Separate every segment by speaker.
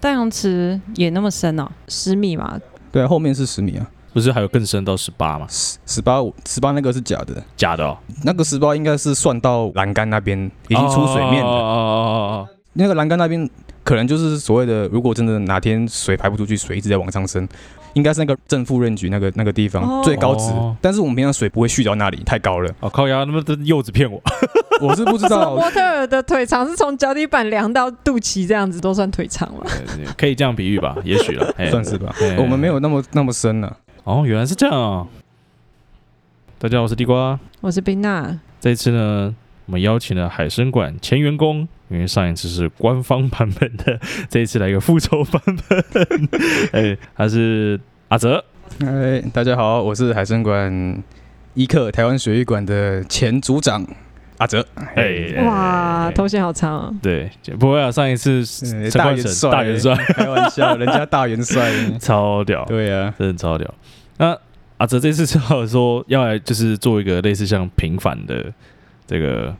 Speaker 1: 大洋池也那么深哦，十米嘛，
Speaker 2: 对啊，后面是十米啊，
Speaker 3: 不是还有更深到十八吗？
Speaker 2: 十十八十八那个是假的，
Speaker 3: 假的、哦，
Speaker 2: 那个十八应该是算到栏杆那边已
Speaker 3: 已
Speaker 2: 经出水面
Speaker 3: 哦
Speaker 2: 了，
Speaker 3: 哦哦哦哦
Speaker 2: 那个栏杆那边可能就是所谓的，如果真的哪天水排不出去，水一直在往上升，应该是那个正负任局那个那个地方、
Speaker 1: 哦
Speaker 2: 最高值
Speaker 3: 哦，
Speaker 2: 但是我们平常水不会蓄到那里，太高 了，
Speaker 3: 哦，哦靠呀，那么这柚子骗我，
Speaker 2: 我是不知 道
Speaker 1: 模特儿的腿长是从脚底板量到肚脐这样子，都算腿长了。
Speaker 3: 可以这样比喻 吧？也许了，嘿
Speaker 2: 算是吧
Speaker 3: 嘿，
Speaker 2: 我们没有那么那么深啊呢、
Speaker 3: 哦，原来是这样哦。大家好，我是地瓜。
Speaker 1: 我是冰娜，
Speaker 3: 这一次呢，我们邀请了海参馆前员工，因为上一次是官方版本的， 这一次来一个复仇版本。 哎，他是阿泽。
Speaker 2: 嗨，哎大家好，我是海参馆医客台湾水域馆的前组长阿哲。
Speaker 3: 哎，
Speaker 1: 哇，
Speaker 3: 哎
Speaker 1: 头衔好长、哦。
Speaker 3: 对，不会啊，上一次
Speaker 2: 呃
Speaker 3: 陈
Speaker 2: 大
Speaker 3: 冠
Speaker 2: 元帅
Speaker 3: 成大元帅
Speaker 2: 开玩笑，人 家大元帅。
Speaker 3: 超屌，
Speaker 2: 对啊，
Speaker 3: 真的超屌。那阿哲这次是要说要来就是做一个类似像平反的这个，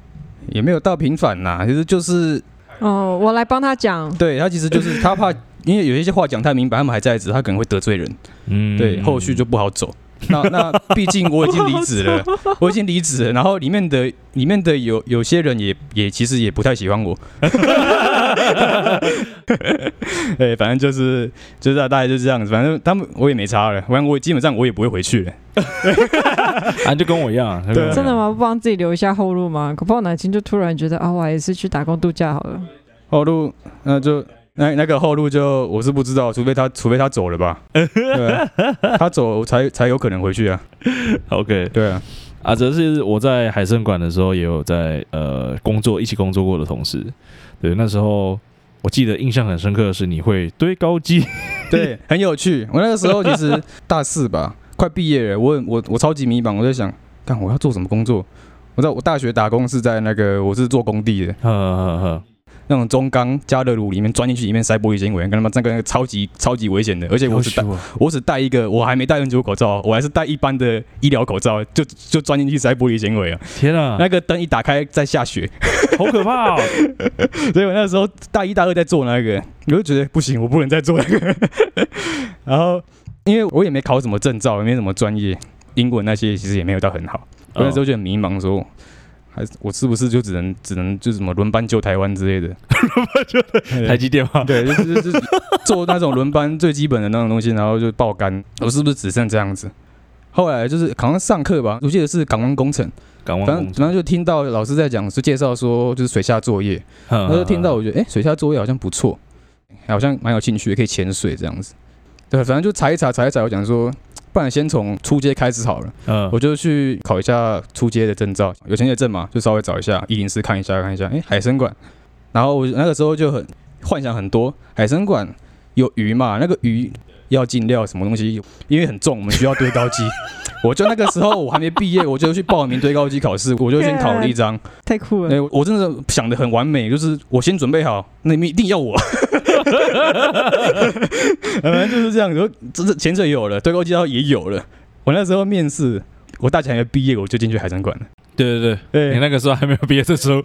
Speaker 2: 也没有到平反啦，其实就是
Speaker 1: 哦，我来帮他讲。
Speaker 2: 对他其实 就是他怕，因为有一些话讲太明白，他们还在职，他可能会得罪人，
Speaker 3: 嗯
Speaker 2: 对，后续就不好走。那那毕竟我已经离职 了，我已经离职了，然后里面的里面的有有些人也也其实也不太喜欢我， 对，反正就是就是大概就是这样子，反正他们我也没差了，反正我基本上我也不会回去了，
Speaker 3: 啊，就跟我一样啊，
Speaker 2: 对啊
Speaker 1: 真的？吗？不哦帮自己留一下后路吗？搞不好哪天就突然觉得啊，我还是去打工度假好了。
Speaker 2: 后路那就那那个后路就我是不知道，除非他除非他走了 吧，对啊、他走我才才有可能回去啊，
Speaker 3: OK，
Speaker 2: 对啊。
Speaker 3: 阿哲是我在海参馆的时候也有在呃工作一起工作过的同事，对，那时候我记得印象很深刻的是你会堆高机，
Speaker 2: 对，很有趣。我那个时候其实大四吧， 快毕业了，我很我我超级迷茫，我在想，看我要做什么工作。我知道我大学打工是在那个，我是做工地的，
Speaker 3: 呵呵呵，
Speaker 2: 那种中钢加热炉里面钻进去，里面塞玻璃纤维，跟他们那个那个超级超级危险的，而且我只戴
Speaker 3: 要求啊
Speaker 2: 我只戴一个，我还没戴 N 九口罩，我还是戴一般的医疗口罩，就就钻进去塞玻璃纤维啊！
Speaker 3: 天啊，
Speaker 2: 那个灯一打开在下雪，
Speaker 3: 好可怕哦！
Speaker 2: 所以我那时候大一大二在做那个，我就觉得不行，我不能再做那个。 然后因为我也没考什么证照，也没什么专业，英文那些其实也没有到很好，
Speaker 3: 哦
Speaker 2: 我那时候就很迷茫，说还是我是不是就只能只能就什么轮班救台湾之类的，
Speaker 3: 哦台积电吗？
Speaker 2: 对，就是就是做那种轮班最基本的那种东西，然后就爆肝，我是不是只剩这样子？后来就是好像上课吧，我记得是港湾工程，
Speaker 3: 港湾
Speaker 2: 反正
Speaker 3: 工程，
Speaker 2: 反正就听到老师在讲，就介绍说就是水下作业，
Speaker 3: 然
Speaker 2: 那时候听到，我觉得哎、诶水下作业好像不错，好像蛮有兴趣，也可以潜水这样子。对，反正就查一查，查一查。我讲说，不然先从初阶开始好了，
Speaker 3: 嗯
Speaker 2: 我就去考一下初阶的证照，有钱的证嘛，就稍微找一下一零四看一下看一下。哎、海参馆，然后我那个时候就很幻想很多，海参馆有鱼嘛，那个鱼要进料什么东西，因为很重，我们需要堆高机。我就那个时候我还没毕业，我就去报名堆高机考试，我就先考了一张。
Speaker 1: 太酷了！
Speaker 2: 哎、我真的想的很完美，就是我先准备好，那你们一定要我。 反正就是这样，说这这潜水有了，对勾机道也有了。我那时候面试，我大学还没毕业，我就进去海参馆了。
Speaker 3: 对对对，你
Speaker 2: 对，
Speaker 3: 那个时候还没有毕业的时候，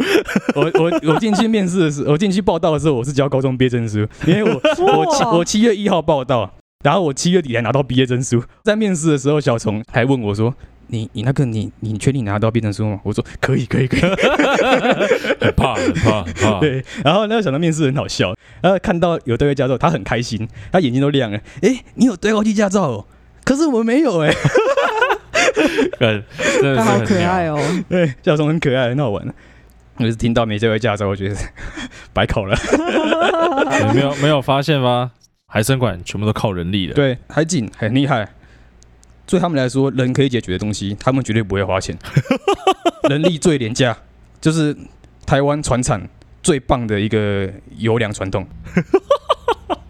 Speaker 2: 我我我进去面试的时候，我进去报道的时候，我是交高中毕业证书，因为我我七
Speaker 1: 哇
Speaker 2: 我七月一号报道，然后我七月底才拿到毕业证书。在面试的时候，小虫还问我说：“你你那个你你确定拿到毕业证书吗？”我说：“可以可以可以。”
Speaker 3: 很怕很怕很怕，
Speaker 2: 对，然后那个小张面试很好笑，然后看到有对外驾照，他很开心，他眼睛都亮了。诶，你有对外机驾照哦？可是我没有诶。
Speaker 3: 嗯，真的
Speaker 1: 他
Speaker 3: 是
Speaker 1: 好
Speaker 3: 很
Speaker 1: 可
Speaker 3: 妙
Speaker 1: 爱哦。
Speaker 2: 对，小虫很可爱，很好玩。我就是听到没对外驾照，我觉得 白考了。
Speaker 3: 你没有没有发现吗？海参馆全部都靠人力的，
Speaker 2: 对，海景很厉害，对他们来说，人可以解决的东西，他们绝对不会花 钱。人力最廉价，就是台湾船产最棒的一个优良 传统。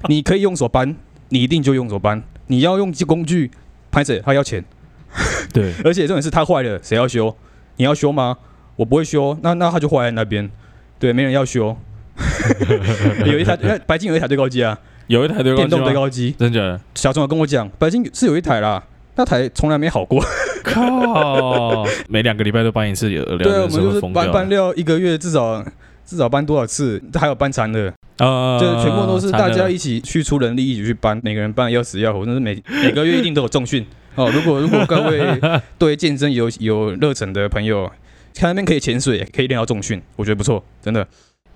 Speaker 2: 你可以用手搬，你一定就用手搬。你要用工具，拍谁他要钱，
Speaker 3: 对
Speaker 2: 而且重点是他坏了，谁要修？你要修吗？我不会修，那那他就坏在那边，对，没人要修。 有一台，那白金有一台对高机啊，
Speaker 3: 有一台对
Speaker 2: 电
Speaker 3: 高
Speaker 2: 动对
Speaker 3: 机吗，
Speaker 2: 高机，
Speaker 3: 真假的？
Speaker 2: 小钟有跟我讲，北京是有一台啦，那台从来没好过。
Speaker 3: 靠！每两个礼拜都搬一次，有两
Speaker 2: 对啊，
Speaker 3: 个
Speaker 2: 我
Speaker 3: 人
Speaker 2: 们
Speaker 3: 是
Speaker 2: 就
Speaker 3: 会
Speaker 2: 是
Speaker 3: 疯掉
Speaker 2: 搬搬
Speaker 3: 的。
Speaker 2: 料一个月至少至少搬多少次，还有搬残的，
Speaker 3: 呃，
Speaker 2: 就是全部都是大
Speaker 3: 惨了
Speaker 2: 家一起去出人力，一起去搬，每个人搬得要死要活，但是每 每个月一定都有重 训哦。如果如果各位对健身有有热忱的朋友，看那边可以潜水，可以练到重训，我觉得不错，真的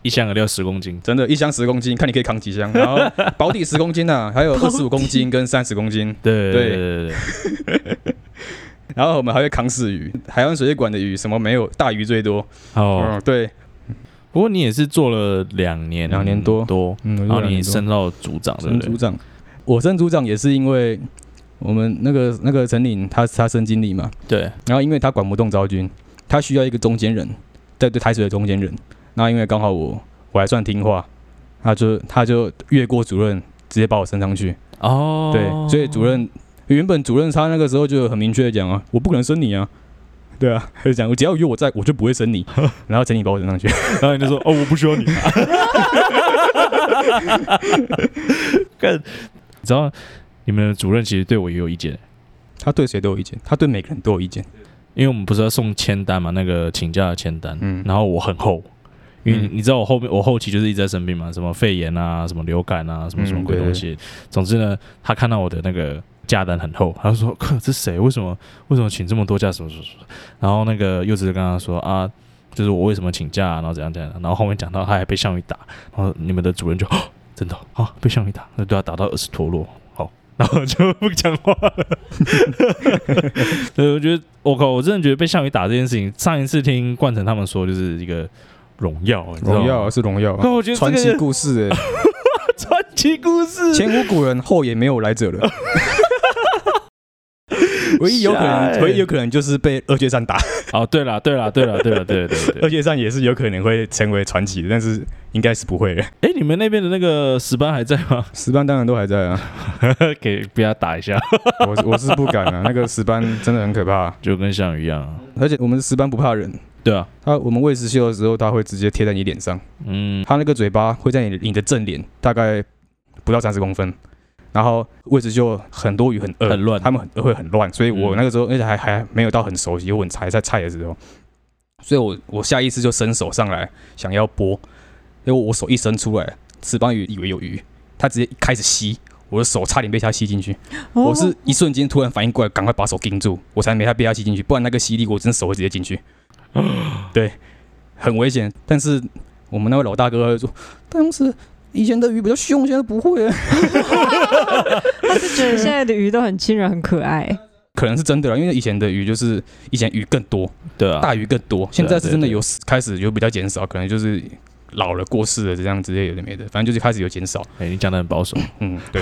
Speaker 3: 一箱饵料十公斤，
Speaker 2: 真的，一箱十公斤，看你可以扛几箱，然 后保底十公斤啊，还有二十五公斤跟三十公斤，
Speaker 3: 对
Speaker 2: 对
Speaker 3: 对对对，
Speaker 2: 然后我们还会扛死鱼，海湾水族馆的鱼什么没有，大鱼最多。
Speaker 3: 哦，
Speaker 2: 哦，对，
Speaker 3: 不过你也是做了两年，
Speaker 2: 两年多
Speaker 3: 多，
Speaker 2: 嗯，
Speaker 3: 然后你升到组长，对不
Speaker 2: 升
Speaker 3: 对
Speaker 2: 组？长，我升组长也是因为我们那个那个陈岭他他升经理嘛，
Speaker 3: 对，
Speaker 2: 然后因为他管不动招军，他需要一个中间人，对对，台水的中间人。那因为刚好我我还算听话，他就他就越过主任，直接把我升上去。
Speaker 3: 哦，
Speaker 2: 对，所以主任原本主任他那个时候就很明确的讲啊，我不可能升你啊。对啊，他就讲，我只要有我在，我就不会升你。 然后陈岭把我升上去，
Speaker 3: 然后你就说：“哦，我不需要你。”干，你知道你们的主任其实对我也有意见，
Speaker 2: 他对谁都有意见，他对每个人都有意见。
Speaker 3: 因为我们不是要送签单嘛，那个请假的签单，
Speaker 2: 嗯
Speaker 3: 然后我很厚。因为你
Speaker 2: 嗯
Speaker 3: 你知道我后面我后期就是一直在生病嘛，什么肺炎啊，什么流感啊，什么什么
Speaker 2: 嗯
Speaker 3: 鬼
Speaker 2: 对
Speaker 3: 东西。总之呢，他看到我的那个假单很厚，他就说：“靠，这谁？为什么为什么请这么多假？什么什么什么？”然后那个柚子就跟他说：“啊，就是我为什么请假、然后怎样怎样。”然后后面讲到他还被项羽打，然后你们的主任就：“ 真的哦啊，被项羽打，那对他打到二十陀螺。”好， 然后就不讲话了。 对，我觉得我靠，我真的觉得被项羽打这件事情，上一次听冠城他们说就是一个荣耀，你知道吗
Speaker 2: 荣耀啊。是荣耀啊，
Speaker 3: 那我觉得这
Speaker 2: 传
Speaker 3: 个
Speaker 2: 奇故事、欸，
Speaker 3: 传奇故事，
Speaker 2: 前无古人，后也没有来者了。唯一有可
Speaker 3: 吓欸
Speaker 2: 能，唯一有可能就是被二阶山打，
Speaker 3: 哦，对了，对了，对了，对了，对了对了对
Speaker 2: 二
Speaker 3: 了。
Speaker 2: 阶山也是有可能会成为传奇的，但是应该是不会的。
Speaker 3: 哎，你们那边的那个石斑还在吗？
Speaker 2: 石斑当然都还在 啊，
Speaker 3: 给被他打一下，
Speaker 2: 我是我是不敢啊，那个石斑真的很可怕、
Speaker 3: 就跟项羽一样啊。
Speaker 2: 而且我们石斑不怕人，
Speaker 3: 对啊，
Speaker 2: 它我们喂食秀的时候，它会直接贴在你脸上，
Speaker 3: 嗯，
Speaker 2: 它那个嘴巴会在你你的正脸大概不到三十公分，然后喂食秀很多鱼很饿，
Speaker 3: 很乱
Speaker 2: 他们很会很乱，所以我
Speaker 3: 嗯
Speaker 2: 那个时候而且还还没有到很熟悉，我很菜在菜的时候，所以我我下意识就伸手上来想要拨，因为我手一伸出来，石斑鱼以为有鱼，它直接开始吸，我的手差点被它吸进去，
Speaker 1: 哦
Speaker 2: 我是一瞬间突然反应过来，赶快把手盯住，我才没它被它吸进去，不然那个吸力我真的手会直接进去，对，很危险。但是我们那位老大哥他就说，当时以前的鱼比较凶，现在不会了。
Speaker 1: 他是觉得现在的鱼都很亲人，很可爱。
Speaker 2: 可能是真的了，因为以前的鱼就是以前鱼更多，
Speaker 3: 对啊，
Speaker 2: 大鱼更多，现在是真的
Speaker 3: 对
Speaker 2: 有开始有比较减少，可能就是老了过世了这样之类有的没的，反正就是开始有减少。
Speaker 3: 哎，你讲的 很保守，
Speaker 2: 嗯， 对，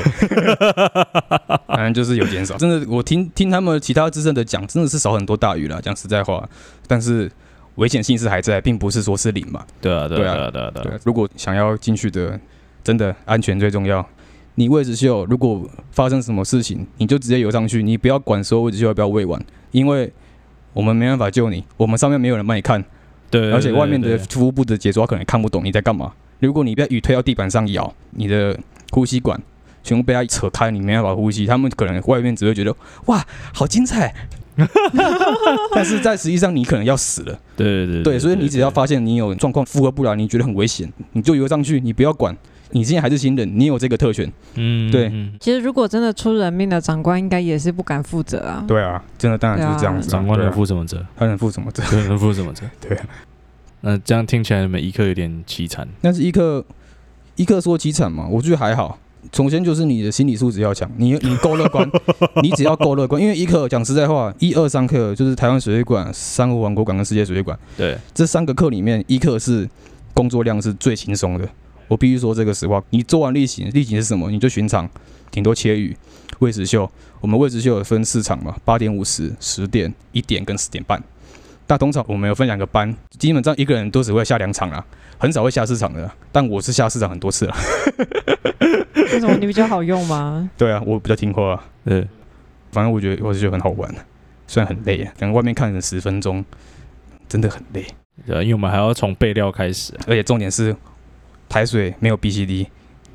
Speaker 2: 反正就是有减少。真的，我听听他们其他资深的讲，真的是少很多大鱼了。讲实在话，但是危险性是还在，并不是说是零嘛。
Speaker 3: 对啊，对
Speaker 2: 对啊
Speaker 3: 啊，对啊，对啊，
Speaker 2: 对，如果想要进去的，真的安全最重要。你喂食秀，如果发生什么事情，你就直接游上去，你不要管说喂食秀要不要喂完，因为我们没办法救你，我们上面没有人帮你看，
Speaker 3: 对，
Speaker 2: 啊而且外面的
Speaker 3: 对
Speaker 2: 服务部的解说可能看不懂你在干嘛。如果你被鱼推到地板上咬，你的呼吸管全部被它扯开，你没办法呼吸，他们可能外面只会觉得哇，好精彩，但是在实际上你可能要死了。
Speaker 3: 对对
Speaker 2: 对，所以你只要发现你有状况负荷不了，你觉得很危险，你就游上去，你不要管。你今天还是新人，你有这个特权。
Speaker 3: 嗯，
Speaker 2: 对
Speaker 3: 嗯
Speaker 1: 其实如果真的出人命的长官，应该也是不敢负责啊。
Speaker 2: 对啊，真的当
Speaker 1: 然就是这样子
Speaker 3: 长官能，负什么责？
Speaker 2: 他能啊负什么责？
Speaker 3: 对，能负什么责？
Speaker 2: 对啊。
Speaker 3: 那这样听起来，你们一刻有点凄惨。
Speaker 2: 但是一克一克说凄惨嘛，我觉得还好。首先就是你的心理素质要强，你你够乐观，你只要够乐观。因为一克讲实在话，一二三课就是台湾水族馆、珊瑚王国馆跟世界水族馆
Speaker 3: 对，
Speaker 2: 这三个课里面，一课是工作量是最轻松的。我必须说这个实话，你做完例行，例行是什么？你就巡场，顶多切鱼、喂食秀。我们喂食秀有分四场嘛，八点五十、十点、一点跟十点半。但通常我们有分两个班，基本上一个人都只会下两场啦，很少会下四场的啦。啊但我是下四场很多次了。
Speaker 1: 为什么你比较好用吗？
Speaker 2: 对啊，我比较听话、啊，
Speaker 3: 对，
Speaker 2: 反正我觉得我是觉得很好玩，虽然很累啊，可能外面看了十分钟，真的很累。
Speaker 3: 对啊，因为我们还要从备料开始啊，
Speaker 2: 而且重点是台水没有 BCD，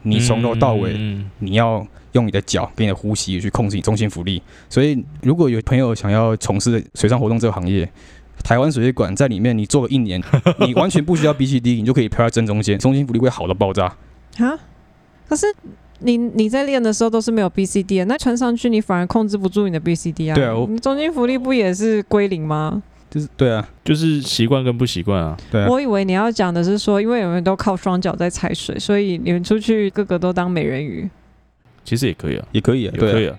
Speaker 2: 你从头到尾、
Speaker 3: 嗯
Speaker 2: 你要用你的脚跟你的呼吸去控制你中心浮力。所以如果有朋友想要从事水上活动这个行业，台湾水管在里面，你做个一 年，你完全不需要 BCD，你就可以飘在正中间，中心浮力会好到爆炸。
Speaker 1: 哈，可是你你在练的时候都是没有 BCD 的，那穿上去你反而控制不住你的 BCD 啊。
Speaker 2: 对啊我
Speaker 1: 你中间浮力不也是归零吗？
Speaker 2: 就是对啊，
Speaker 3: 就是习惯跟不习惯啊。
Speaker 2: 对啊，
Speaker 1: 我以为你要讲的是说，因为你们都靠双脚在踩水，所以你们出去个个都当美人鱼。
Speaker 3: 其实也可以啊，
Speaker 2: 也可以啊，
Speaker 3: 也可
Speaker 2: 对啊，
Speaker 3: 以啊。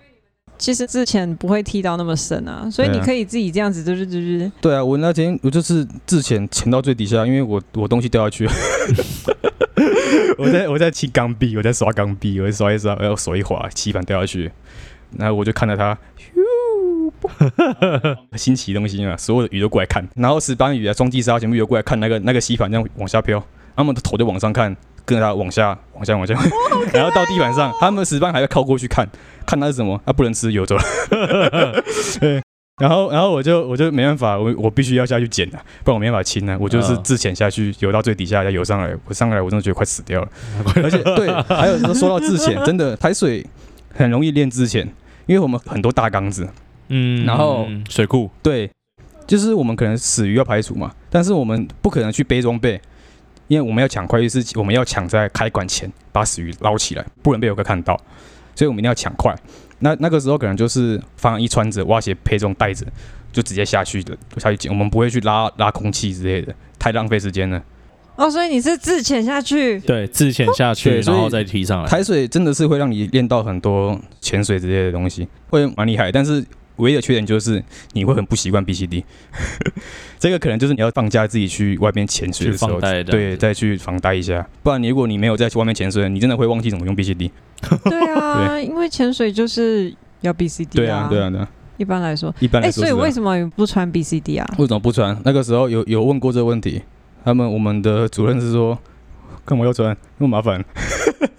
Speaker 1: 其实之前不会踢到那么深啊，所以
Speaker 2: 对啊
Speaker 1: 你可以自己这样子，就是就是
Speaker 2: 对啊。我那天我就是自潜潜到最底下，因为我我东西掉下去了。 我在我在骑钢臂，我在刷钢臂，我在刷一刷，然后手一滑，棋盘掉下去，然后我就看到它，咻新奇的东西嘛，所有的鱼都过来看，然后石斑鱼啊、中继鲨全部鱼都过来看那个那个棋盘这样往下飘，他们的头就往上看，跟着它往下、往下、往下，然后到地板上，他们石斑还会靠过去看，看它是什么，啊它、不能吃，游走了。 对然后，然后我就我就没办法，我我必须要下去捡啊，不然我没办法清啊。我就是
Speaker 3: 嗯
Speaker 2: 自潜下去，游到最底下再游上来，我上来我真的觉得快死掉了。 而且对，还有说到自潜，真的台水很容易练自潜，因为我们很多大缸子，
Speaker 3: 嗯，
Speaker 2: 然后
Speaker 3: 嗯水库
Speaker 2: 对，就是我们可能死鱼要排除嘛，但是我们不可能去背装备，因为我们要抢快意是我们要抢在开馆前把死鱼捞起来，不能被游客看到，所以我们一定要抢快。那那个时候可能就是防寒衣穿着，蛙鞋配这种袋子，就直接下去的下去捡，我们不会去拉拉空气之类的，太浪费时间了。
Speaker 1: 哦，所以你是自潜下 去，
Speaker 3: 对自潜下去，
Speaker 2: 对所以
Speaker 3: 然后再提上来。
Speaker 2: 台水真的是会让你练到很多潜水之类的东西，会蛮厉害。但是唯一的缺点就是你会很不习惯 BCD，这个可能就是你要放假自己去外面潜水的时
Speaker 3: 去
Speaker 2: 候
Speaker 3: 放贷这，样子
Speaker 2: 对，再去防呆一下。不然你如果你没有再去外面潜水，你真的会忘记怎么用 BCD。
Speaker 1: 对啊，因为潜水就是要 BCD
Speaker 2: 对啊，对啊，对啊。
Speaker 1: 一般来说，
Speaker 2: 一般
Speaker 1: 哎、
Speaker 2: 来说
Speaker 1: 所
Speaker 2: 是
Speaker 1: 以
Speaker 2: 这样、
Speaker 1: 为什么你不穿 BCD 啊？
Speaker 2: 为什么不穿？那个时候有有问过这个问题，他们我们的主任是说，干嘛要穿？那么麻烦。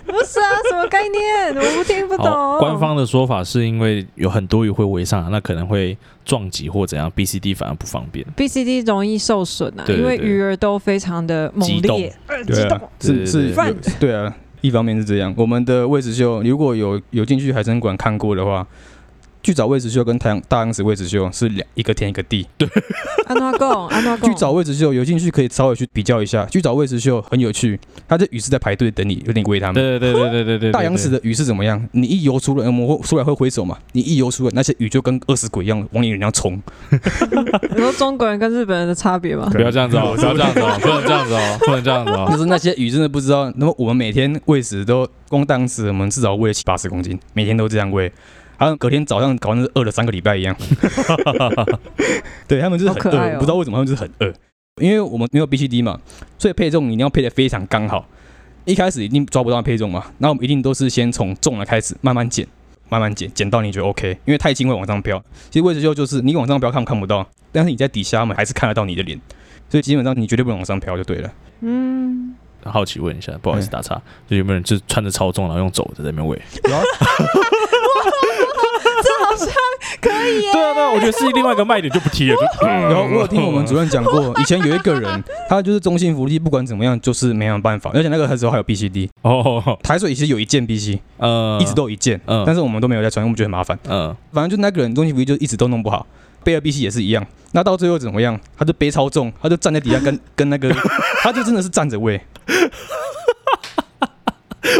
Speaker 1: 不是啊，什么概念？我不听不懂。
Speaker 3: 好，官方的说法是因为有很多鱼会围上来，那可能会撞击或怎样，BCD 反而不方便。
Speaker 1: BCD 容易受损啊，
Speaker 3: 对对
Speaker 1: 因为鱼儿都非常的猛
Speaker 3: 激动
Speaker 1: 烈，呃
Speaker 2: 对
Speaker 1: 激
Speaker 2: 啊
Speaker 1: 动，
Speaker 3: 对
Speaker 2: 是
Speaker 3: 对
Speaker 2: 是
Speaker 3: 对
Speaker 1: ，run
Speaker 2: 对啊，一方面是这样。我们的魏子秀如果有有进去海参馆看过的话，去找魏子秀跟太阳大洋子魏子秀是两一个天一个地。
Speaker 1: 安诺贡，安诺贡，
Speaker 2: 去找魏子秀有兴趣可以稍微去比较一下。去找魏子秀很有趣，他这鱼是在排队等你，有点喂他们。
Speaker 3: 对对对对对对对，
Speaker 2: 大洋子的鱼是怎么样？你一游出来，我们会出来会挥手嘛？你一游出来，那些鱼就跟饿死鬼一样往你脸上冲。
Speaker 1: 你说中国人跟日本人的差别吗？
Speaker 3: 不要这样子哦，不要这样子 哦，不能这样子哦，不能这样子
Speaker 2: 就
Speaker 3: 哦。
Speaker 2: 是那些鱼真的不知道，那么我们每天喂食都光当时我们至少喂了七八十公斤，每天都这样喂，好像隔天早上搞像是饿了三个礼拜一样。 对他们就是很
Speaker 1: 好可
Speaker 2: 饿，
Speaker 1: 爱哦
Speaker 2: 我不知道为什么他们就是很饿，因为我们没有 BCD 嘛，所以配重你一定要配的非常刚好。一开始一定抓不到配重嘛，那我们一定都是先从重的开始慢慢减，慢慢减，减到你觉得 OK，因为太轻会往上飘。其实位置就就是你往上飘看看不到，但是你在底下嘛还是看得到你的脸，所以基本上你绝对不能往上飘就对了。
Speaker 1: 嗯，
Speaker 3: 好奇问一下，不好意思打岔，就有没有人就是穿着超重，然后用走的在那边喂？
Speaker 2: 然后
Speaker 1: 这好像可以耶。
Speaker 3: 对啊对啊，我觉得是另外一个卖点就不提了，就
Speaker 2: 然后我有听我们主任讲过，以前有一个人，他就是中性福利，不管怎么样就是没有办法，而且那个时候还有 BCD，
Speaker 3: 哦
Speaker 2: 台水其实有一件 BC，
Speaker 3: 呃，
Speaker 2: 一直都有一件，
Speaker 3: 嗯
Speaker 2: 但是我们都没有在穿，因为我们觉得很麻烦。
Speaker 3: 嗯
Speaker 2: 反正就那个人中性福利就一直都弄不好，背了 BC 也是一样。那到最后怎么样？他就背超重，他就站在底下 跟跟那个，他就真的是站着喂，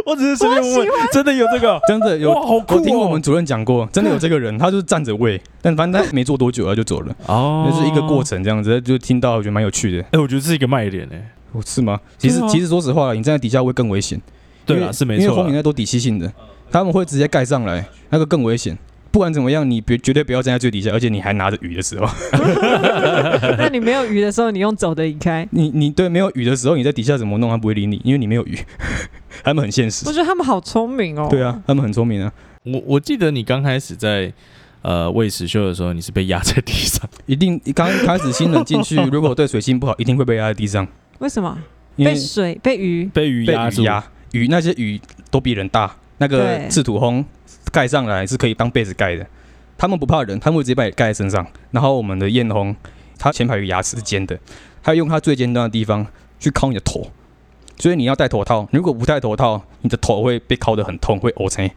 Speaker 3: 我只是随便问，真的有这个，
Speaker 2: 真的有。
Speaker 3: 哇，好酷
Speaker 2: 我听
Speaker 3: 哦！
Speaker 2: 我们主任讲过，真的有这个人，他就是站着喂，但反正他没做多久他就走了，
Speaker 3: 哦
Speaker 2: 那是一个过。程这样子，就听到我觉得蛮有趣的。
Speaker 3: 哎，我觉得这是一个卖点哎，
Speaker 2: 哦，是吗？其实
Speaker 3: 对啊
Speaker 2: 其实说实话，你站在底下会更危险。
Speaker 3: 对
Speaker 2: 因
Speaker 3: 啦，
Speaker 2: 为
Speaker 3: 是没
Speaker 2: 因为
Speaker 3: 错
Speaker 2: 风
Speaker 3: 啦
Speaker 2: 影。那都底栖性的，他们会直接盖上来，那个更危险。不管怎么样，你别绝对不要站在最底下，而且你还拿着鱼的时 候，
Speaker 1: 那你没有鱼的时候，你用走的移 开。
Speaker 2: 你你对没有鱼的时候，你在底下怎么弄，他不会理你，因为你没有鱼。 他们很现实
Speaker 3: 哦
Speaker 1: 我，觉得他们好聪明哦。
Speaker 2: 对，啊，他们很聪明啊，
Speaker 3: 我我记得你刚开始在呃喂食秀的时候，你是被压在地上，
Speaker 2: 一定刚开始新人进去，如果对水性不好，一定会被压在地上，
Speaker 1: 为什么？
Speaker 2: 因为
Speaker 1: 被水被鱼
Speaker 3: 被鱼
Speaker 2: 被
Speaker 3: 压住
Speaker 2: 鱼。压鱼那些鱼都比人大，那个
Speaker 1: 对
Speaker 2: 赤土轰盖上来是可以当被子盖的，他们不怕人，他们会直接把你盖在身上。然后我们的燕轰，它前排有牙齿是尖的，它用它最尖端的地方去敲你的头，所以你要戴头套。如果不戴头套，你的头会被敲得很痛，会 O 成。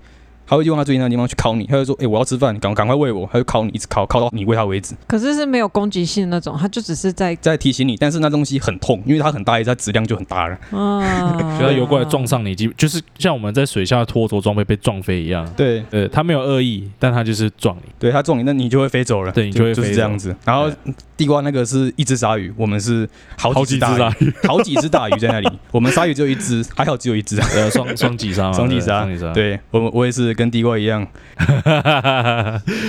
Speaker 2: 他会用他最近那个地方去考你，他会说，哎、我要吃饭，赶赶快喂我，他就考你，一直考，考到你喂他为止，
Speaker 1: 可是是没有攻击性的那种，他就只是 在
Speaker 2: 再提醒你。但是那东西很痛，因为它很大一只，它质量就很大了。
Speaker 1: 啊，
Speaker 3: 觉得游过来撞上你，基就是像我们在水下拖着装备被撞飞一样。
Speaker 2: 对，
Speaker 3: 呃，他没有恶意，但他就是撞 你。
Speaker 2: 对，它撞你，那你就会飞走了。
Speaker 3: 对你就
Speaker 2: 就
Speaker 3: 会
Speaker 2: 就是
Speaker 3: 飞
Speaker 2: 这
Speaker 3: 走
Speaker 2: 样子。然后地瓜那个是一只鲨鱼，我们是好几只大鱼，
Speaker 3: 鱼，
Speaker 2: 好几只大鱼在那里。 我们鲨鱼只有一只，还好只有一只啊。
Speaker 3: 呃，双双击杀嘛，
Speaker 2: 双击杀
Speaker 3: 对双击杀，
Speaker 2: 对我们，我也是跟地瓜一样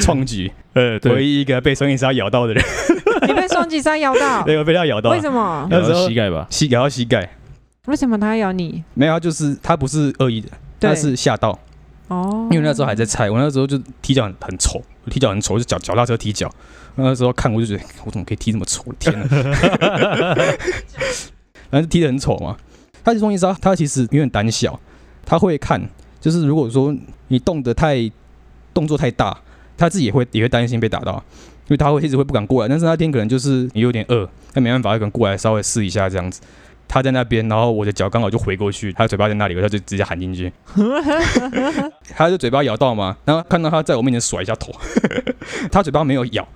Speaker 2: 创举，
Speaker 3: 呃，
Speaker 2: 唯
Speaker 3: 对，
Speaker 2: 一一个被双翼鲨咬到的人，
Speaker 1: 你被双脊鲨咬到，
Speaker 2: 对，我被它咬到
Speaker 1: 为，什么？
Speaker 2: 那
Speaker 3: 然
Speaker 2: 时候
Speaker 3: 后膝盖吧，
Speaker 2: 膝咬到膝盖。
Speaker 1: 为什么他咬你？
Speaker 2: 没有，它就是它不是恶意的，
Speaker 1: 对
Speaker 2: 它是吓到。
Speaker 1: 哦，
Speaker 2: 因为那时候还在猜，我那时候就踢脚很很丑，我踢脚很丑，就脚脚踏车踢脚。那时候看我就觉得，哎我怎么可以踢这么丑？天哪！ 反正踢得很丑嘛。他是双翼鲨，他其实有点胆小，他会看，就是如果说你动得太动作太大，他自己也会也会担心被打到，因为他会一直会不敢过来。但是那天可能就是你有点饿，那没办法，他可能过来稍微试一下这样子。他在那边，然后我的脚刚好就回过去，他的嘴巴在那里，我就直接喊进去。他就嘴巴咬到嘛，然后看到他在我面前甩一下头，他嘴巴没有咬，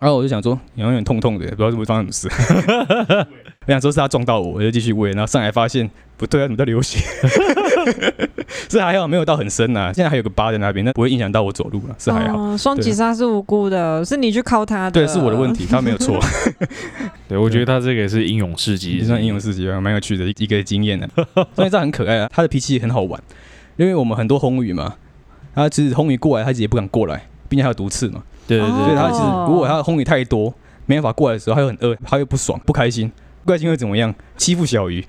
Speaker 2: 然后我就想说，有点痛痛的，不知道是不是发生什么事。我想说是他撞到我，我就继续喂，然后上来发现不对啊，怎么在流血？是还好没有到很深啊，现在还有个疤在那边，那不会影响到我走路了，是还好。
Speaker 1: 哦双脊鲨是无辜的，是你去靠他的，
Speaker 2: 对，是我的问。题，他没有错，
Speaker 3: 对我觉得他这个也是英勇事迹，
Speaker 2: 也算英勇事迹吧，蛮有趣的一一个经验 的、啊。所以这很可爱啊，他的脾气也很好玩，因为我们很多红鱼嘛，他其实红鱼过来，他自己也不敢过来，并且还有毒刺嘛。
Speaker 3: 对对
Speaker 1: 哦
Speaker 2: 所以
Speaker 3: 对，
Speaker 2: 他其实如果他的烘鱼太多，没办法过来的时候，他又很饿，他又不爽、不开心，不开心会怎么样？欺负小鱼，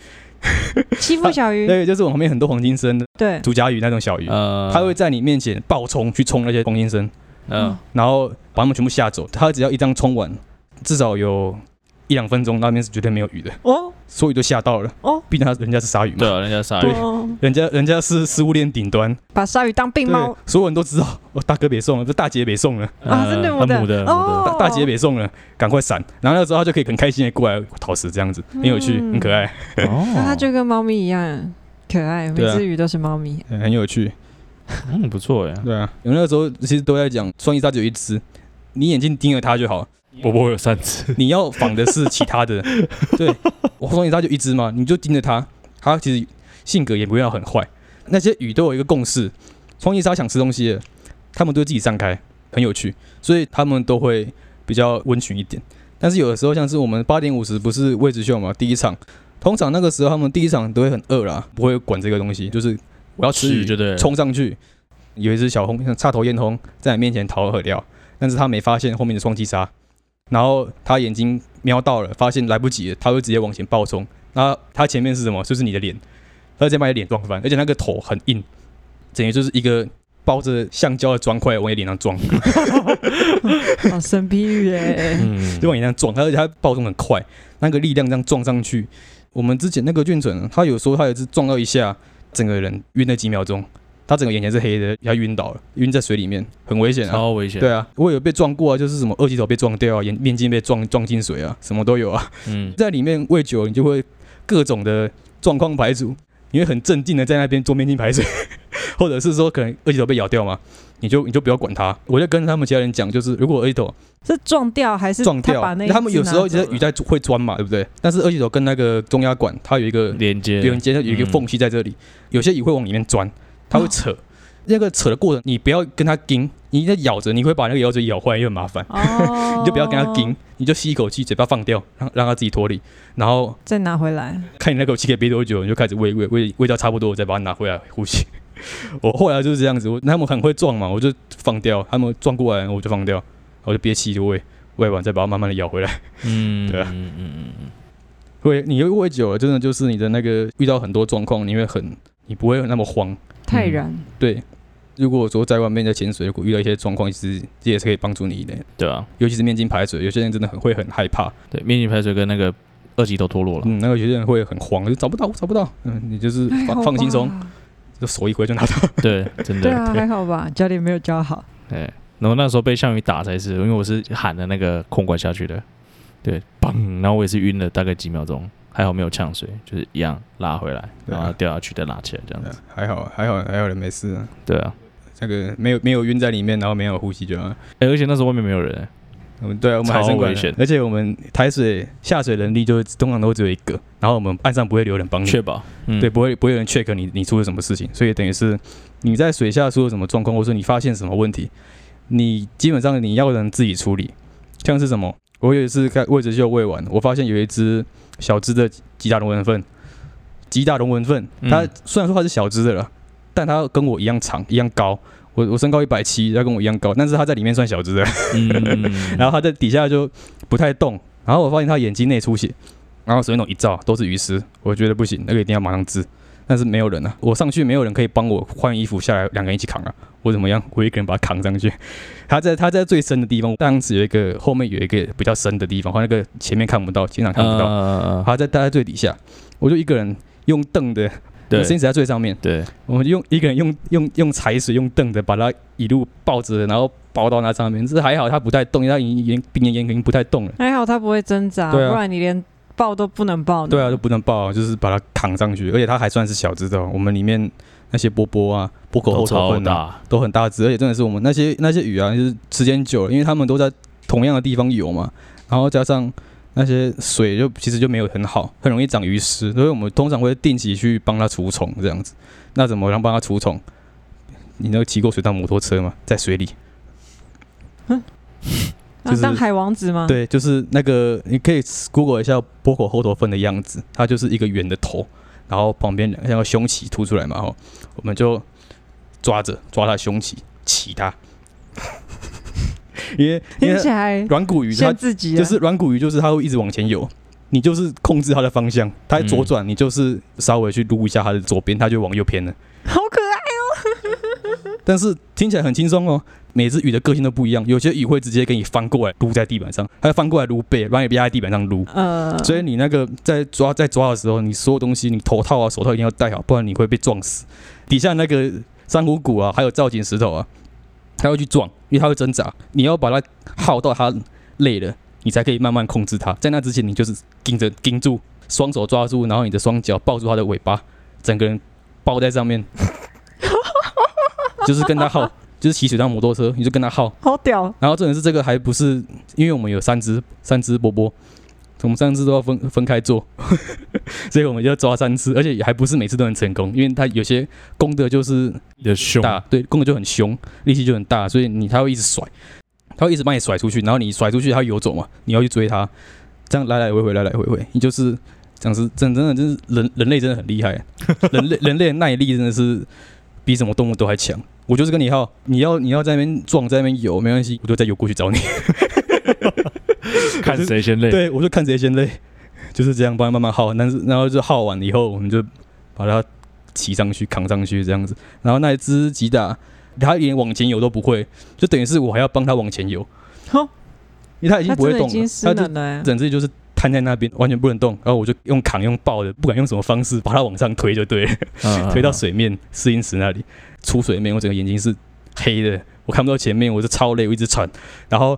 Speaker 1: 欺负小
Speaker 3: 嗯
Speaker 1: 鱼，
Speaker 2: 对，就是我们旁边很多黄金参、
Speaker 3: 啊
Speaker 1: 对，
Speaker 2: 竹夹鱼那种小鱼，
Speaker 3: 呃，
Speaker 2: 他会在你面前暴冲去冲那些黄金参，
Speaker 3: 嗯，
Speaker 2: 然后把它们全部吓走。他只要一张冲完，至少有一两分钟，那边是绝对没有鱼的，
Speaker 1: 哦
Speaker 2: 所以都吓到了。
Speaker 1: 哦，
Speaker 2: 毕竟他人家是鲨鱼
Speaker 3: 对
Speaker 2: 嘛，
Speaker 3: 啊，人家鲨鱼，
Speaker 1: 哦，
Speaker 2: 人家人家是食物链顶端，
Speaker 1: 把鲨鱼当病
Speaker 2: 对
Speaker 1: 猫，
Speaker 2: 所有人都知道，哦，大哥别送了，这大姐别送了。
Speaker 1: 啊真的
Speaker 3: 呃
Speaker 1: 母的
Speaker 3: 啊母的，母的
Speaker 1: 哦
Speaker 2: 大大姐别送了，赶快闪！然后那时候他就可以很开心的过来讨食，这样子很有趣，
Speaker 1: 嗯
Speaker 2: 很可爱，
Speaker 3: 哦
Speaker 1: 那它就跟猫咪一样可爱，每
Speaker 2: 对啊
Speaker 1: 只鱼都是猫咪。
Speaker 2: 很有趣。
Speaker 3: 嗯不错哎，
Speaker 2: 对啊，我们那时候其实都在讲双翼鲨只有一只，你眼睛盯着它就好，
Speaker 3: 我我有三只，
Speaker 2: 你要仿的是其他的。对，我双翼鲨就一只嘛，你就盯着它，它其实性格也不要很坏。那些鱼都有一个共识，双翼鲨想吃东西了，它们都会自己散开，很有趣，所以它们都会比较温驯一点。但是有的时候，像是我们八点五十不是位置秀嘛，第一场，通常那个时候他们第一场都会很饿啦，不会管这个东西，就是我要吃鱼，
Speaker 3: 就对了，
Speaker 2: 冲上去，有一只小红像插头燕红在你面前逃饵掉，但是他没发现后面的双击杀，然后他眼睛瞄到了，发现来不及了，他会直接往前暴冲。那他前面是什么？就是你的脸，他直接把你脸撞翻，而且那个头很硬，整个就是一个包着橡胶的砖块往你脸上撞，
Speaker 1: 哦，神皮鱼哎，
Speaker 3: 嗯，
Speaker 2: 就往你脸上撞，而且他暴冲很快，那个力量这样撞上去。我们之前那个卷准，他有时候他也是撞到一下，整个人晕了几秒钟，他整个眼前是黑的，他晕倒了，晕在水里面，很危险啊。
Speaker 3: 超危险，
Speaker 2: 对啊，我有被撞过啊，就是什么二级头被撞掉啊，眼面镜被撞撞进水啊，什么都有啊。
Speaker 3: 嗯，
Speaker 2: 在里面喂久，了，你就会各种的状况排除，你会很镇定的在那边做面镜排水， 或者是说可能二级头被咬掉嘛，你就你就不要管它。我就跟他们其他人讲，就是如果二级头
Speaker 1: 是撞掉还是
Speaker 2: 撞
Speaker 1: 它
Speaker 2: 掉，
Speaker 1: 把那一
Speaker 2: 他们
Speaker 1: 只
Speaker 2: 有时候
Speaker 1: 拿走
Speaker 2: 就在
Speaker 1: 了
Speaker 2: 鱼在会钻嘛，对不对？但是二级头跟那个中压管它有一个
Speaker 3: 连接
Speaker 2: 有人接，它有一个缝隙在这里，有些鱼会往里面钻，它会
Speaker 1: 哦
Speaker 2: 扯。那个扯的过程，你不要跟它盯，你在咬着，你会把那个咬嘴咬坏，又很麻烦。
Speaker 1: 哦，
Speaker 2: 你就不要跟 它盯，你就吸一口气，嘴巴放掉，让让它自己脱离，然后
Speaker 1: 再拿回来。
Speaker 2: 看你那口气可以憋多久，你就开始喂喂喂喂到差不多，我再把它拿回来呼吸。 我后来就是这样子，我他们很会撞嘛，我就放掉，他们撞过来我就放掉，我就憋气就喂，喂完再把它慢慢的咬回来。
Speaker 3: 嗯，
Speaker 2: 对啊
Speaker 3: 嗯嗯嗯
Speaker 2: 喂，你又喂久了，真的就是你的那个遇到很多状况，你会很你不会那么慌。
Speaker 1: 泰然，
Speaker 2: 对，如果说在外面在潜水，如果遇到一些状况，其实这也是可以帮助你的，
Speaker 3: 嗯，对啊，
Speaker 2: 尤其是面筋排水，有些人真的很会很害怕。
Speaker 3: 对，面积排水跟那个二级头脱落了，
Speaker 2: 嗯，那个有些人会很慌，就找不到，找不到。嗯，你就是
Speaker 1: 哎
Speaker 2: 放放轻松，，
Speaker 1: 好吧
Speaker 2: 就手一挥就拿 到。
Speaker 3: 对，真
Speaker 1: 对
Speaker 3: 的，
Speaker 1: 啊，还好吧，教练没有教好。
Speaker 3: 哎，然后那时候被项羽打才是，因为我是喊的那个空管下去的，对，砰，然后我也是晕了大概几秒钟，还好没有呛水，就是一样拉回来，
Speaker 2: 对啊哎
Speaker 3: 然后掉下去再拉起来这样子，
Speaker 2: 还好，还好，还有人没事、啊。
Speaker 3: 对啊，
Speaker 2: 那个没有没有晕在里面，然后没有呼吸就好了。
Speaker 3: 哎、而且那时候外面没有人、欸，
Speaker 2: 我们对啊，我们海参
Speaker 3: 超
Speaker 2: 馆
Speaker 3: 危险，
Speaker 2: 而且我们抬水下水能力就是通常都只有一个，然后我们岸上不会有人帮你，
Speaker 3: 确保，嗯
Speaker 2: 对，，不会不会有人 check 你你出了什么事情，所以等于是你在水下出了什么状况，或是你发现什么问题，你基本上你要人自己处理。像是什么，我有一次看喂着秀喂完，我发现有一只小只的吉打龙纹粪，吉打龙纹粪，它、
Speaker 3: 嗯
Speaker 2: 虽然说它是小只的了，但它跟我一样长一样高，我我身高一百七，它跟我一样高，但是它在里面算小只的。
Speaker 3: 嗯，
Speaker 2: 然后他在底下就不太动，然后我发现他眼睛内出血，然后水桶一照都是鱼丝，我觉得不行，那个一定要马上治。但是没有人啊，我上去没有人可以帮我换衣服下来，两个人一起扛啊，我怎么样？我一个人把他扛上去。他在他在最深的地方，当时有一个后面有一个比较深的地方，他那个前面看不到，经常看不到。
Speaker 3: 呃，
Speaker 2: 他在他在最底下，我就一个人用蹬的，我
Speaker 3: 对
Speaker 2: 身子在最上面，
Speaker 3: 对，
Speaker 2: 我们用一个人用用用踩水用凳子把它一路抱着，然后抱到那上面。这还好它不太动，因为它已经病恹恹已经不太动了。
Speaker 1: 还好他不会挣扎，
Speaker 2: 对啊
Speaker 1: 不然你连抱都不能抱呢。
Speaker 2: 对啊，就不能抱，就是把它扛上去。而且它还算是小只的哦，我们里面那些波波啊、波口后
Speaker 3: 超
Speaker 2: 头粪啊，
Speaker 3: 大，
Speaker 2: 都很大只，而且真的是我们那些那些鱼啊，就是时间久了，因为它们都在同样的地方游嘛，然后加上那些水就其实就没有很好，很容易长鱼虱，所以我们通常会定期去帮它除虫这样子。那怎么让帮它除虫？你那个骑过水上摩托车吗？在水里，
Speaker 1: 啊
Speaker 2: 就是
Speaker 1: 当海王子吗？，
Speaker 2: 对，就是那个你可以 Google 一下波口后头粪的样子，它就是一个圆的头，然后旁边两像个胸鳍凸出来嘛，吼，我们就抓着抓它的胸鳍，起它， 因为因
Speaker 1: 听
Speaker 2: 为
Speaker 1: 起来
Speaker 2: 软骨鱼它
Speaker 1: 像自己啊，
Speaker 2: 就是软骨鱼，就是它会一直往前游，你就是控制它的方向，它左转，你就是稍微去撸一下它的左边，它就往右偏了。
Speaker 1: 好可爱。
Speaker 2: 但是听起来很轻松哦。每只鱼的个性都不一样，有些鱼会直接给你翻过来撸在地板上，它会翻过来撸背，把你压在地板上撸。
Speaker 1: 呃，
Speaker 2: 所以你那个在抓在抓的时候，你所有东西，你头套啊、手套一定要戴好，不然你会被撞死。底下那个珊瑚骨啊，还有造景石头啊，它会去撞，因为它会挣扎。你要把它耗到它累了，你才可以慢慢控制它。在那之前，你就是盯着盯住，双手抓住，然后你的双脚抱住它的尾巴，整个人抱在上面， 就是跟它耗，就是骑水上摩托车，你就跟它耗。
Speaker 1: 好屌，
Speaker 2: 然后重点是这个还不是，因为我们有三只三只波波，我们三只都要分分开做， 所以我们就要抓三只，而且也还不是每次都能成功，因为它有些公的就是
Speaker 3: 你的胸，
Speaker 2: 大，对，公的就很凶，力气就很大，所以你它会一直甩，它会一直把你甩出去，然后你甩出去它会游走嘛，你要去追它，这样来来回回来来回回，你就是讲是真真的真是人人类真的很厉害， 人类人类的耐力真的是比什么动物都还强。我就是跟你耗，你要你要在那边撞，在那边游没关系，我就再游过去找你。
Speaker 3: 看谁先累，
Speaker 2: 对，我就看谁先累， 就是这样帮他慢慢耗，但是然后就耗完以后，我们就把它骑上去、扛上去这样子。然后那一只吉打，它连往前游都不会，就等于是我还要帮它往前游，
Speaker 1: 哦
Speaker 2: 因为它已经
Speaker 1: 他
Speaker 2: 不
Speaker 1: 真的
Speaker 2: 会动
Speaker 1: 已
Speaker 2: 了
Speaker 1: 经，失
Speaker 2: 它就
Speaker 1: 能了欸。
Speaker 2: 整只就是瘫在那边，完全不能动。然后我就用扛、用抱的，不管用什么方式把它往上推就对了，
Speaker 1: 啊
Speaker 3: 嗯，嗯
Speaker 2: 推到，水面试音池那里，出水面，我整个眼睛是黑的。我看不到前面，我是超累，我一直喘。然 后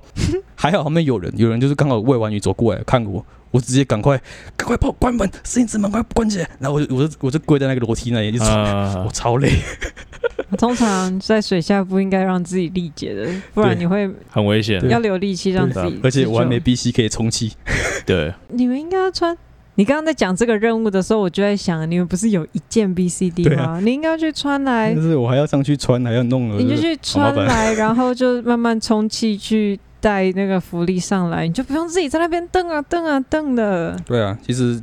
Speaker 2: 还好旁边有人，有人就是刚好喂完鱼走过来看我，我直接赶快赶快帮我关门，摄影师门快关起来。然后我就我就我就跪在那个楼梯那里一直
Speaker 3: 嗯
Speaker 2: 喘，
Speaker 1: 啊
Speaker 3: 嗯
Speaker 2: 我
Speaker 3: 嗯
Speaker 2: 超累。
Speaker 1: 通常在水下不应该让自己力竭的，不然
Speaker 2: 对
Speaker 1: 你会
Speaker 3: 很危险，
Speaker 1: 要留力气让自己。
Speaker 2: 啊而且我还没，B C 可以充气，
Speaker 3: 对，
Speaker 1: 你们应该要穿。你刚刚在讲这个任务的时候，我就在想，你们不是有一件 B C D
Speaker 2: 对
Speaker 1: 吗？
Speaker 2: 啊
Speaker 1: 你应该要去穿来
Speaker 2: 但，是我还要上去穿，还要弄了。
Speaker 1: 哎你就去穿
Speaker 2: 好麻
Speaker 1: 来，然后就慢慢充气去带那个浮力上来，你就不用自己在那边蹬啊蹬啊蹬的，
Speaker 2: 对啊，其实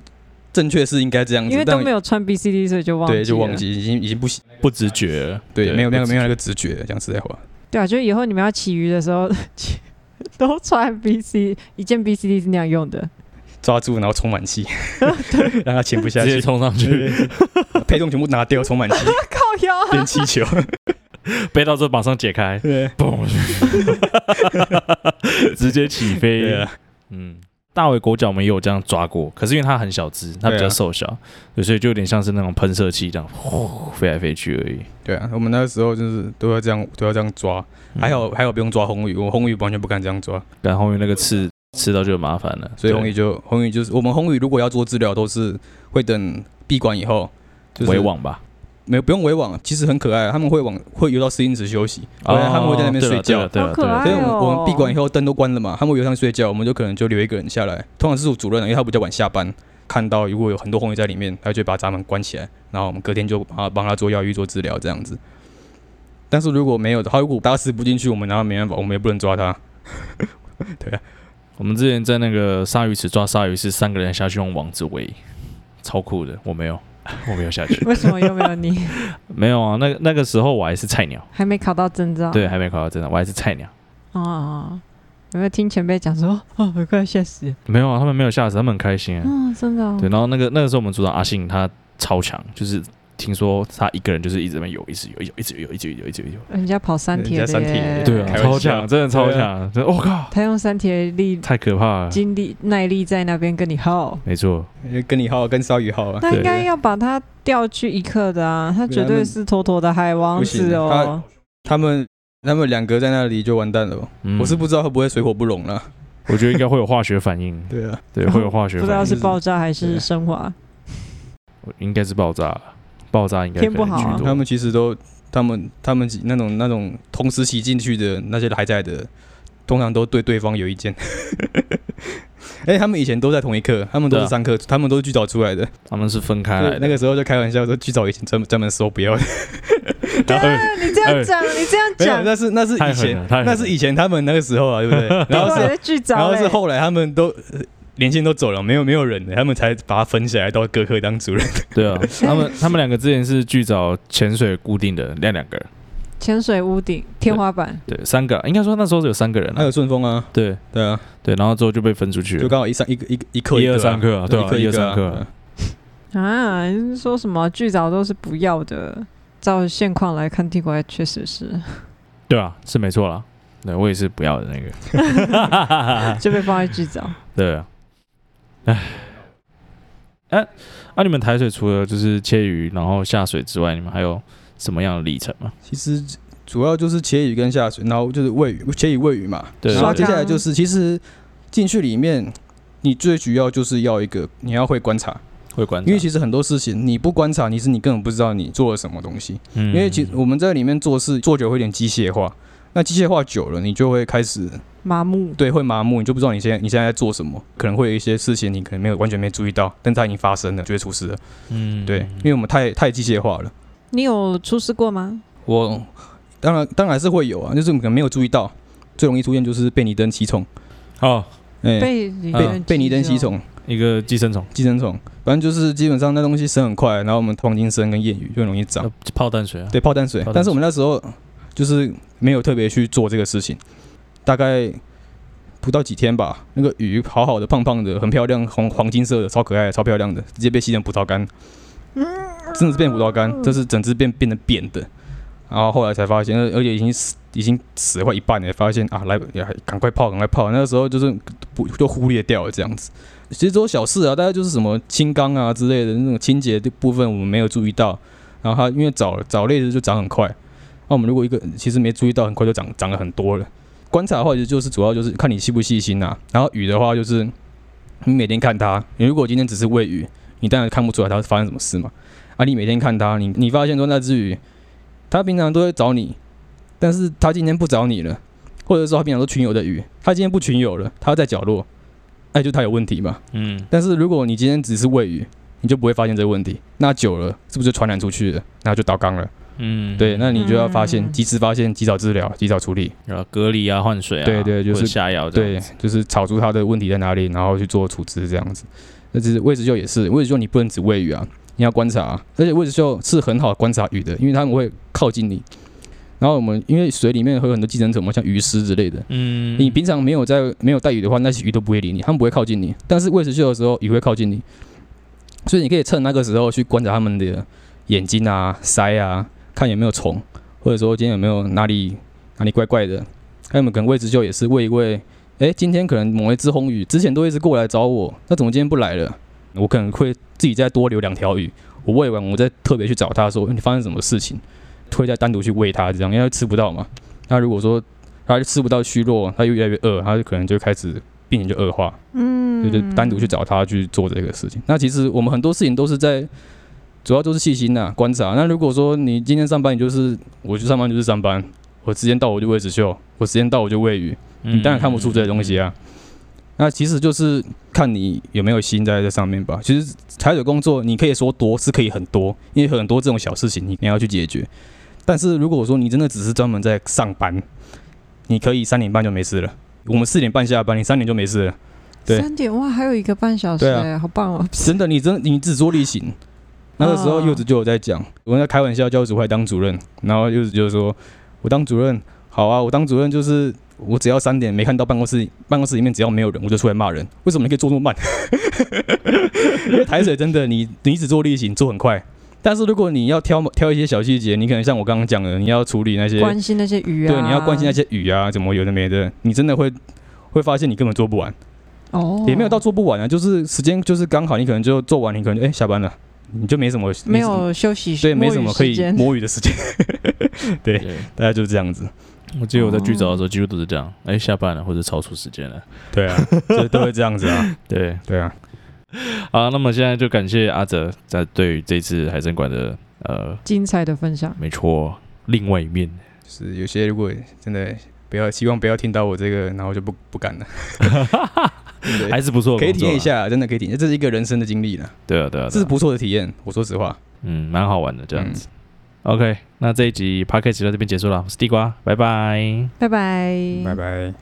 Speaker 2: 正确是应该这样子
Speaker 1: 因为，都
Speaker 2: 但
Speaker 1: 没有穿 B C D，所以就忘记
Speaker 2: 对就忘
Speaker 1: 了
Speaker 2: 记，已经已经不行。
Speaker 3: 不直觉了，
Speaker 2: 对，没有没有
Speaker 3: 不
Speaker 2: 没有那个直觉，讲实在话。
Speaker 1: 对啊，就以后你们要起鱼的时候， 都穿 B C 一件 B C D 是那样用的。
Speaker 2: 抓住，然后充满 气，让它潜不下
Speaker 3: 直接
Speaker 2: 去，
Speaker 3: 冲上去，
Speaker 2: 配重全部拿掉，充满气
Speaker 1: 靠腰啊！
Speaker 2: 变气球。
Speaker 3: 背到之后马上解开，
Speaker 2: 对
Speaker 3: 嘣，直接起
Speaker 2: 对
Speaker 3: 飞
Speaker 2: 啊，，
Speaker 3: 嗯。大尾狗脚我们也有这样抓过，可是因为它很小只，它比
Speaker 2: 对
Speaker 3: 较
Speaker 2: 啊
Speaker 3: 瘦小，对所以就有点像是那种喷射器这样，呼飞来飞去而已。
Speaker 2: 对啊，我们那时候就是都要这样，都要这样抓。嗯还好还好不用抓红鱼，我红鱼完全不敢这样抓，
Speaker 3: 但嗯后面那个刺刺到就很麻烦了，
Speaker 2: 所以红
Speaker 3: 易
Speaker 2: 鱼就红鱼就是我们红鱼如果要做治疗，都是会等闭馆以后，就是
Speaker 3: 围网吧，
Speaker 2: 没有不用围网，其实很可爱啊，他们会往会游到适应池休息，回来他们会在那边
Speaker 3: 哦对了
Speaker 2: 睡
Speaker 3: 啊
Speaker 2: 觉。
Speaker 3: 对了
Speaker 1: 好
Speaker 3: 对
Speaker 1: 可
Speaker 3: 了
Speaker 1: 爱
Speaker 2: 所
Speaker 3: 对
Speaker 2: 以
Speaker 3: 了
Speaker 2: 我
Speaker 1: 哎
Speaker 2: 们
Speaker 1: 呦
Speaker 2: 我们闭馆以后灯都关了嘛，他们游上去睡觉，我们就可能就留一个人下来，通常是主任啊，因为他比较晚下班，看到如果有很多红鱼在里面，他就把闸门关起来，然后我们隔天就帮他帮他做药浴做治疗这样子。但是如果没有，他如果打死不进去，我们拿他没办法，我们也不能抓他。
Speaker 3: 我们之前在那个鲨鱼池抓鲨鱼是三个人下去用网子围，超酷的。我没有，我没有下 去，
Speaker 1: 为什么又没有你？
Speaker 3: 没有啊。那那个时候我还是菜鸟，
Speaker 1: 还没考到证照？
Speaker 3: 对，还没考到证照，我还是菜鸟。
Speaker 1: 啊、哦，有没有听前辈讲说哦，我快吓死了？
Speaker 3: 没有啊，他们没有吓死，他们很开心啊。
Speaker 1: 嗯、真的、哦。
Speaker 3: 对，然后那个那个时候我们组长阿信他超强，就是听说他一个人就是一直在那边游，一直游，一直游，一直游，一直游，一直游。
Speaker 1: 人家跑三铁
Speaker 2: 人
Speaker 1: 的
Speaker 2: 家三铁
Speaker 1: 耶
Speaker 2: 对啊开玩笑
Speaker 3: 超强，真的超强，真的我靠，
Speaker 1: 他用三铁的力、
Speaker 3: 啊太可怕了。
Speaker 1: 精力、耐力在那边跟你
Speaker 2: 啊
Speaker 1: 耗。
Speaker 3: 没错，
Speaker 2: 跟你耗，跟鲨鱼嗯 耗啊，
Speaker 1: 那
Speaker 3: 对
Speaker 1: 应该要把他调去一克的啊，他绝对是妥妥的海王子哦。
Speaker 2: 他们他们两个在那里就完蛋了哦。
Speaker 3: 嗯
Speaker 2: 我是不知道会不会水火不容了。，
Speaker 3: 我觉得应该会有化学反应
Speaker 2: 对啊，
Speaker 3: 对，会有化学
Speaker 1: 不知道
Speaker 3: 反
Speaker 1: 是
Speaker 3: 应，
Speaker 1: 爆炸还是
Speaker 2: 对
Speaker 1: 升华，
Speaker 3: 应该是爆炸了，爆炸应该
Speaker 1: 天不
Speaker 3: 可能
Speaker 1: 好啊
Speaker 3: 居多
Speaker 2: 他们其实都他们他们那种那种同时骑进去的那些还在的，通常都对对方有意见。 哎，他们以前都在同一课，他们都
Speaker 3: 对
Speaker 2: 是
Speaker 3: 啊哎
Speaker 2: 上课，他们都是剧早出来的。
Speaker 3: 他们是分开
Speaker 2: 对，
Speaker 3: 来的。
Speaker 2: 那个时候就开玩笑说，剧早以前专门专门收不要的。然后
Speaker 1: 啊你这样讲，
Speaker 2: 哎
Speaker 1: 你这样
Speaker 2: 没有，
Speaker 1: 讲，
Speaker 2: 啊那是那是
Speaker 3: 太
Speaker 2: 以
Speaker 3: 狠
Speaker 2: 前
Speaker 3: 了太狠了
Speaker 2: 那是以前他们那个时候啊，对 不对？然后
Speaker 1: 对
Speaker 2: 是
Speaker 1: 在剧
Speaker 2: 然
Speaker 1: 照欸
Speaker 2: 后
Speaker 1: 嘞
Speaker 2: 是后来他们都呃年轻人都走了，没有没有人了，他们才把他分下来到各科当主任。
Speaker 3: 对啊，他们他们两个之前是剧早潜水固定的那两个人，
Speaker 1: 潜水屋顶、天花板，
Speaker 3: 对，三个，应该说那时候有三个人
Speaker 2: 还
Speaker 3: 啊，
Speaker 2: 有顺丰啊，
Speaker 3: 对
Speaker 2: 对啊，
Speaker 3: 对，然后之后就被分出去
Speaker 2: 就
Speaker 3: 了，
Speaker 2: 刚好一上一个一个一课
Speaker 3: 一
Speaker 2: 个
Speaker 3: 二
Speaker 2: 啊
Speaker 3: 三课啊，对
Speaker 2: 一
Speaker 3: 啊，
Speaker 2: 课
Speaker 3: 一二
Speaker 2: 个
Speaker 3: 三
Speaker 2: 啊
Speaker 3: 课
Speaker 2: 对啊
Speaker 3: 啊，
Speaker 1: 啊，你是说什么剧照都是不要的？照现况来看，帝国确实是
Speaker 3: 对啊，是没错啦。对，我也是不要的 那 个。
Speaker 1: 就被放在剧照。
Speaker 3: 对啊，哎，哎，啊，你们台水除了就是切鱼，然后下水之外，你们还有什么样的历程吗？
Speaker 2: 其实主要就是切鱼跟下水，然后就是喂鱼，切鱼喂鱼嘛。
Speaker 3: 对
Speaker 2: 然后
Speaker 1: 刷
Speaker 2: 接
Speaker 1: 缸
Speaker 2: 下来就是，其实进去里面，你最主要就是要一个你要会观察，
Speaker 3: 会观察，
Speaker 2: 因为其实很多事情你不观察，你是你根本不知道你做了什么东西。
Speaker 3: 因
Speaker 2: 嗯因为其实我们在里面做事做久会有点机械化，那机械化久了，你就会开始
Speaker 1: 麻木，
Speaker 2: 对，会麻木，你就不知道你现在你现在在做什么，可能会有一些事情你可能没有完全没注意到，但它已经发生了，就会出事了。
Speaker 3: 嗯
Speaker 2: 对，因为我们太太机械化了。
Speaker 1: 你有出事过吗？
Speaker 2: 我当然当然是会有啊，就是我们可能没有注意到，最容易出现就是贝尼登吸虫，
Speaker 3: 哦，
Speaker 2: 哎、
Speaker 1: 被里
Speaker 3: 被
Speaker 1: 面
Speaker 2: 贝贝尼登吸
Speaker 1: 击中
Speaker 2: 虫、
Speaker 3: 一个寄生虫，
Speaker 2: 寄生虫，反正就是基本上那东西生很快，然后我们黄金生跟谚语就很容易长
Speaker 3: 要。泡淡水啊，
Speaker 2: 对，泡淡水
Speaker 3: 泡。淡
Speaker 2: 但是我们那时候就是没有特别去做这个事情，大概不到几天吧。那个鱼好好的、胖胖的，很漂亮，红黄金色的，超可爱的、超漂亮的，直接被吸成葡萄干，真的是变葡萄干，这是整只变变成扁的。然后后来才发现，而而且已经死已经死了快一半了，发现啊，来呀，赶快泡，赶快泡。那个时候就是不就忽略掉了这样子。其实都小事啊，大概就是什么清缸啊之类的那种清洁的部分，我们没有注意到。然后它因为藻藻类的就长很快，那我们如果一个其实没注意到，很快就长长了很多了。观察的话，其实就是主要就是看你细不细心啊。然后鱼的话，就是你每天看它，你如果今天只是喂鱼，你当然看不出来它发生什么事嘛。啊，你每天看它，你你发现说那只鱼，它平常都会找你，但是它今天不找你了，或者说它平常都群游的鱼，它今天不群游了，它在角落，那就它有问题嘛。
Speaker 3: 嗯，
Speaker 2: 但是如果你今天只是喂鱼，你就不会发现这个问题。那久了，是不是就传染出去了？那就倒缸了。
Speaker 3: 嗯，
Speaker 2: 对，那你就要发现，
Speaker 1: 嗯
Speaker 2: 及时发现，及早治疗，及早处理。
Speaker 3: 然后隔离啊，换水啊，
Speaker 2: 对对就是
Speaker 3: 或者下药这
Speaker 2: 对
Speaker 3: 样子，，
Speaker 2: 就是找出它的问题在哪里，然后去做处置这样子。那只是喂食秀也是，喂食秀你不能只喂鱼啊，你要观察、啊，而且喂食秀是很好观察鱼的，因为他们会靠近你。然后我们因为水里面会有很多寄生虫嘛，像鱼虱之类的，
Speaker 3: 嗯，
Speaker 2: 你平常没有在没有带鱼的话，那些鱼都不会理你，它们不会靠近你。但是喂食秀的时候，鱼会靠近你，所以你可以趁那个时候去观察它们的眼睛啊、鳃啊，看有没有虫，或者说今天有没有哪里哪里怪怪的。还有没有可能喂食秀也是喂一喂，诶，今天可能某一只红鱼之前都一直过来找我，那怎么今天不来了？我可能会自己再多留两条鱼，我喂完我再特别去找它说你发生什么事情，会再单独去喂它这样，因为它吃不到嘛。那如果说他就吃不到虚弱，他就越来越饿，他就可能就开始病情就恶化，
Speaker 1: 嗯，
Speaker 2: 就是单独去找他去做这个事情。那其实我们很多事情都是在主要就是细心呐、观察。那如果说你今天上班，你就是我去上班就是上班，我时间到我就喂子秀，我时间到我就喂鱼，
Speaker 3: 嗯
Speaker 2: 你当然看不出这些东西啊。那其实就是看你有没有心在这上面吧。其实采水工作，你可以说多是可以很多，因为很多这种小事情你你要去解决。但是如果说你真的只是专门在上班，你可以三点半就没事了。我们四点半下班，你三点就没事了。对
Speaker 1: 三点哇，还有一个半小时、
Speaker 2: 对啊
Speaker 1: 哎，好棒哦！
Speaker 2: 真的，你真你只做例行。那个时候
Speaker 1: 哦
Speaker 2: 柚子就有在讲，我在开玩笑叫柚子回来当主任，然后柚子就说：“我当主任好啊，我当主任就是我只要三点没看到办公室，办公室里面只要没有人，我就出来骂人。为什么你可以做那么慢？ 因为台水真的，你你只做例行，做很快。但是如果你要挑挑一些小细节，你可能像我刚刚讲的，你要处理那些
Speaker 1: 关心那些鱼啊，
Speaker 2: 对，你要关心那些雨啊，怎么有的没的，你真的会会发现你根本做不完。
Speaker 1: 哦，
Speaker 2: 也没有到做不完啊，就是时间就是刚好，你可能就做完，你可能就哎、下班了，你就没什么
Speaker 1: 没
Speaker 2: 什么
Speaker 1: 有休息，
Speaker 2: 对，没什么可
Speaker 1: 摸鱼时
Speaker 2: 以
Speaker 1: 间
Speaker 2: 摸鱼的 时间，对，
Speaker 3: 对，
Speaker 2: 大概就是这样子，
Speaker 3: 我记得我在剧早的时候几乎都是这样，哎，下班了或者超出时间了。
Speaker 2: 对啊，就都会这样子 啊，
Speaker 3: 对，
Speaker 2: 对啊，
Speaker 3: 好，那么现在就感谢阿哲在对于这次海参馆的呃，
Speaker 1: 精彩的分享。
Speaker 3: 没错，另外一 面。
Speaker 2: 就是有些如果真的不要希望不要听到我这个，然后就不不敢了，对
Speaker 3: 还是不错
Speaker 2: 可
Speaker 3: 的
Speaker 2: 以体
Speaker 3: 工作啊，
Speaker 2: 验一下，真的可以体验，这是一个人生的经历了，
Speaker 3: 对啊。对啊，
Speaker 2: 这
Speaker 3: 对
Speaker 2: 是
Speaker 3: 啊，
Speaker 2: 不错的体验，我说实话，
Speaker 3: 嗯，蛮好玩的这样子。OK，那这一集 p a c k a g e 到这边结束了，我是地瓜，拜拜。
Speaker 1: 拜拜，
Speaker 2: 拜拜。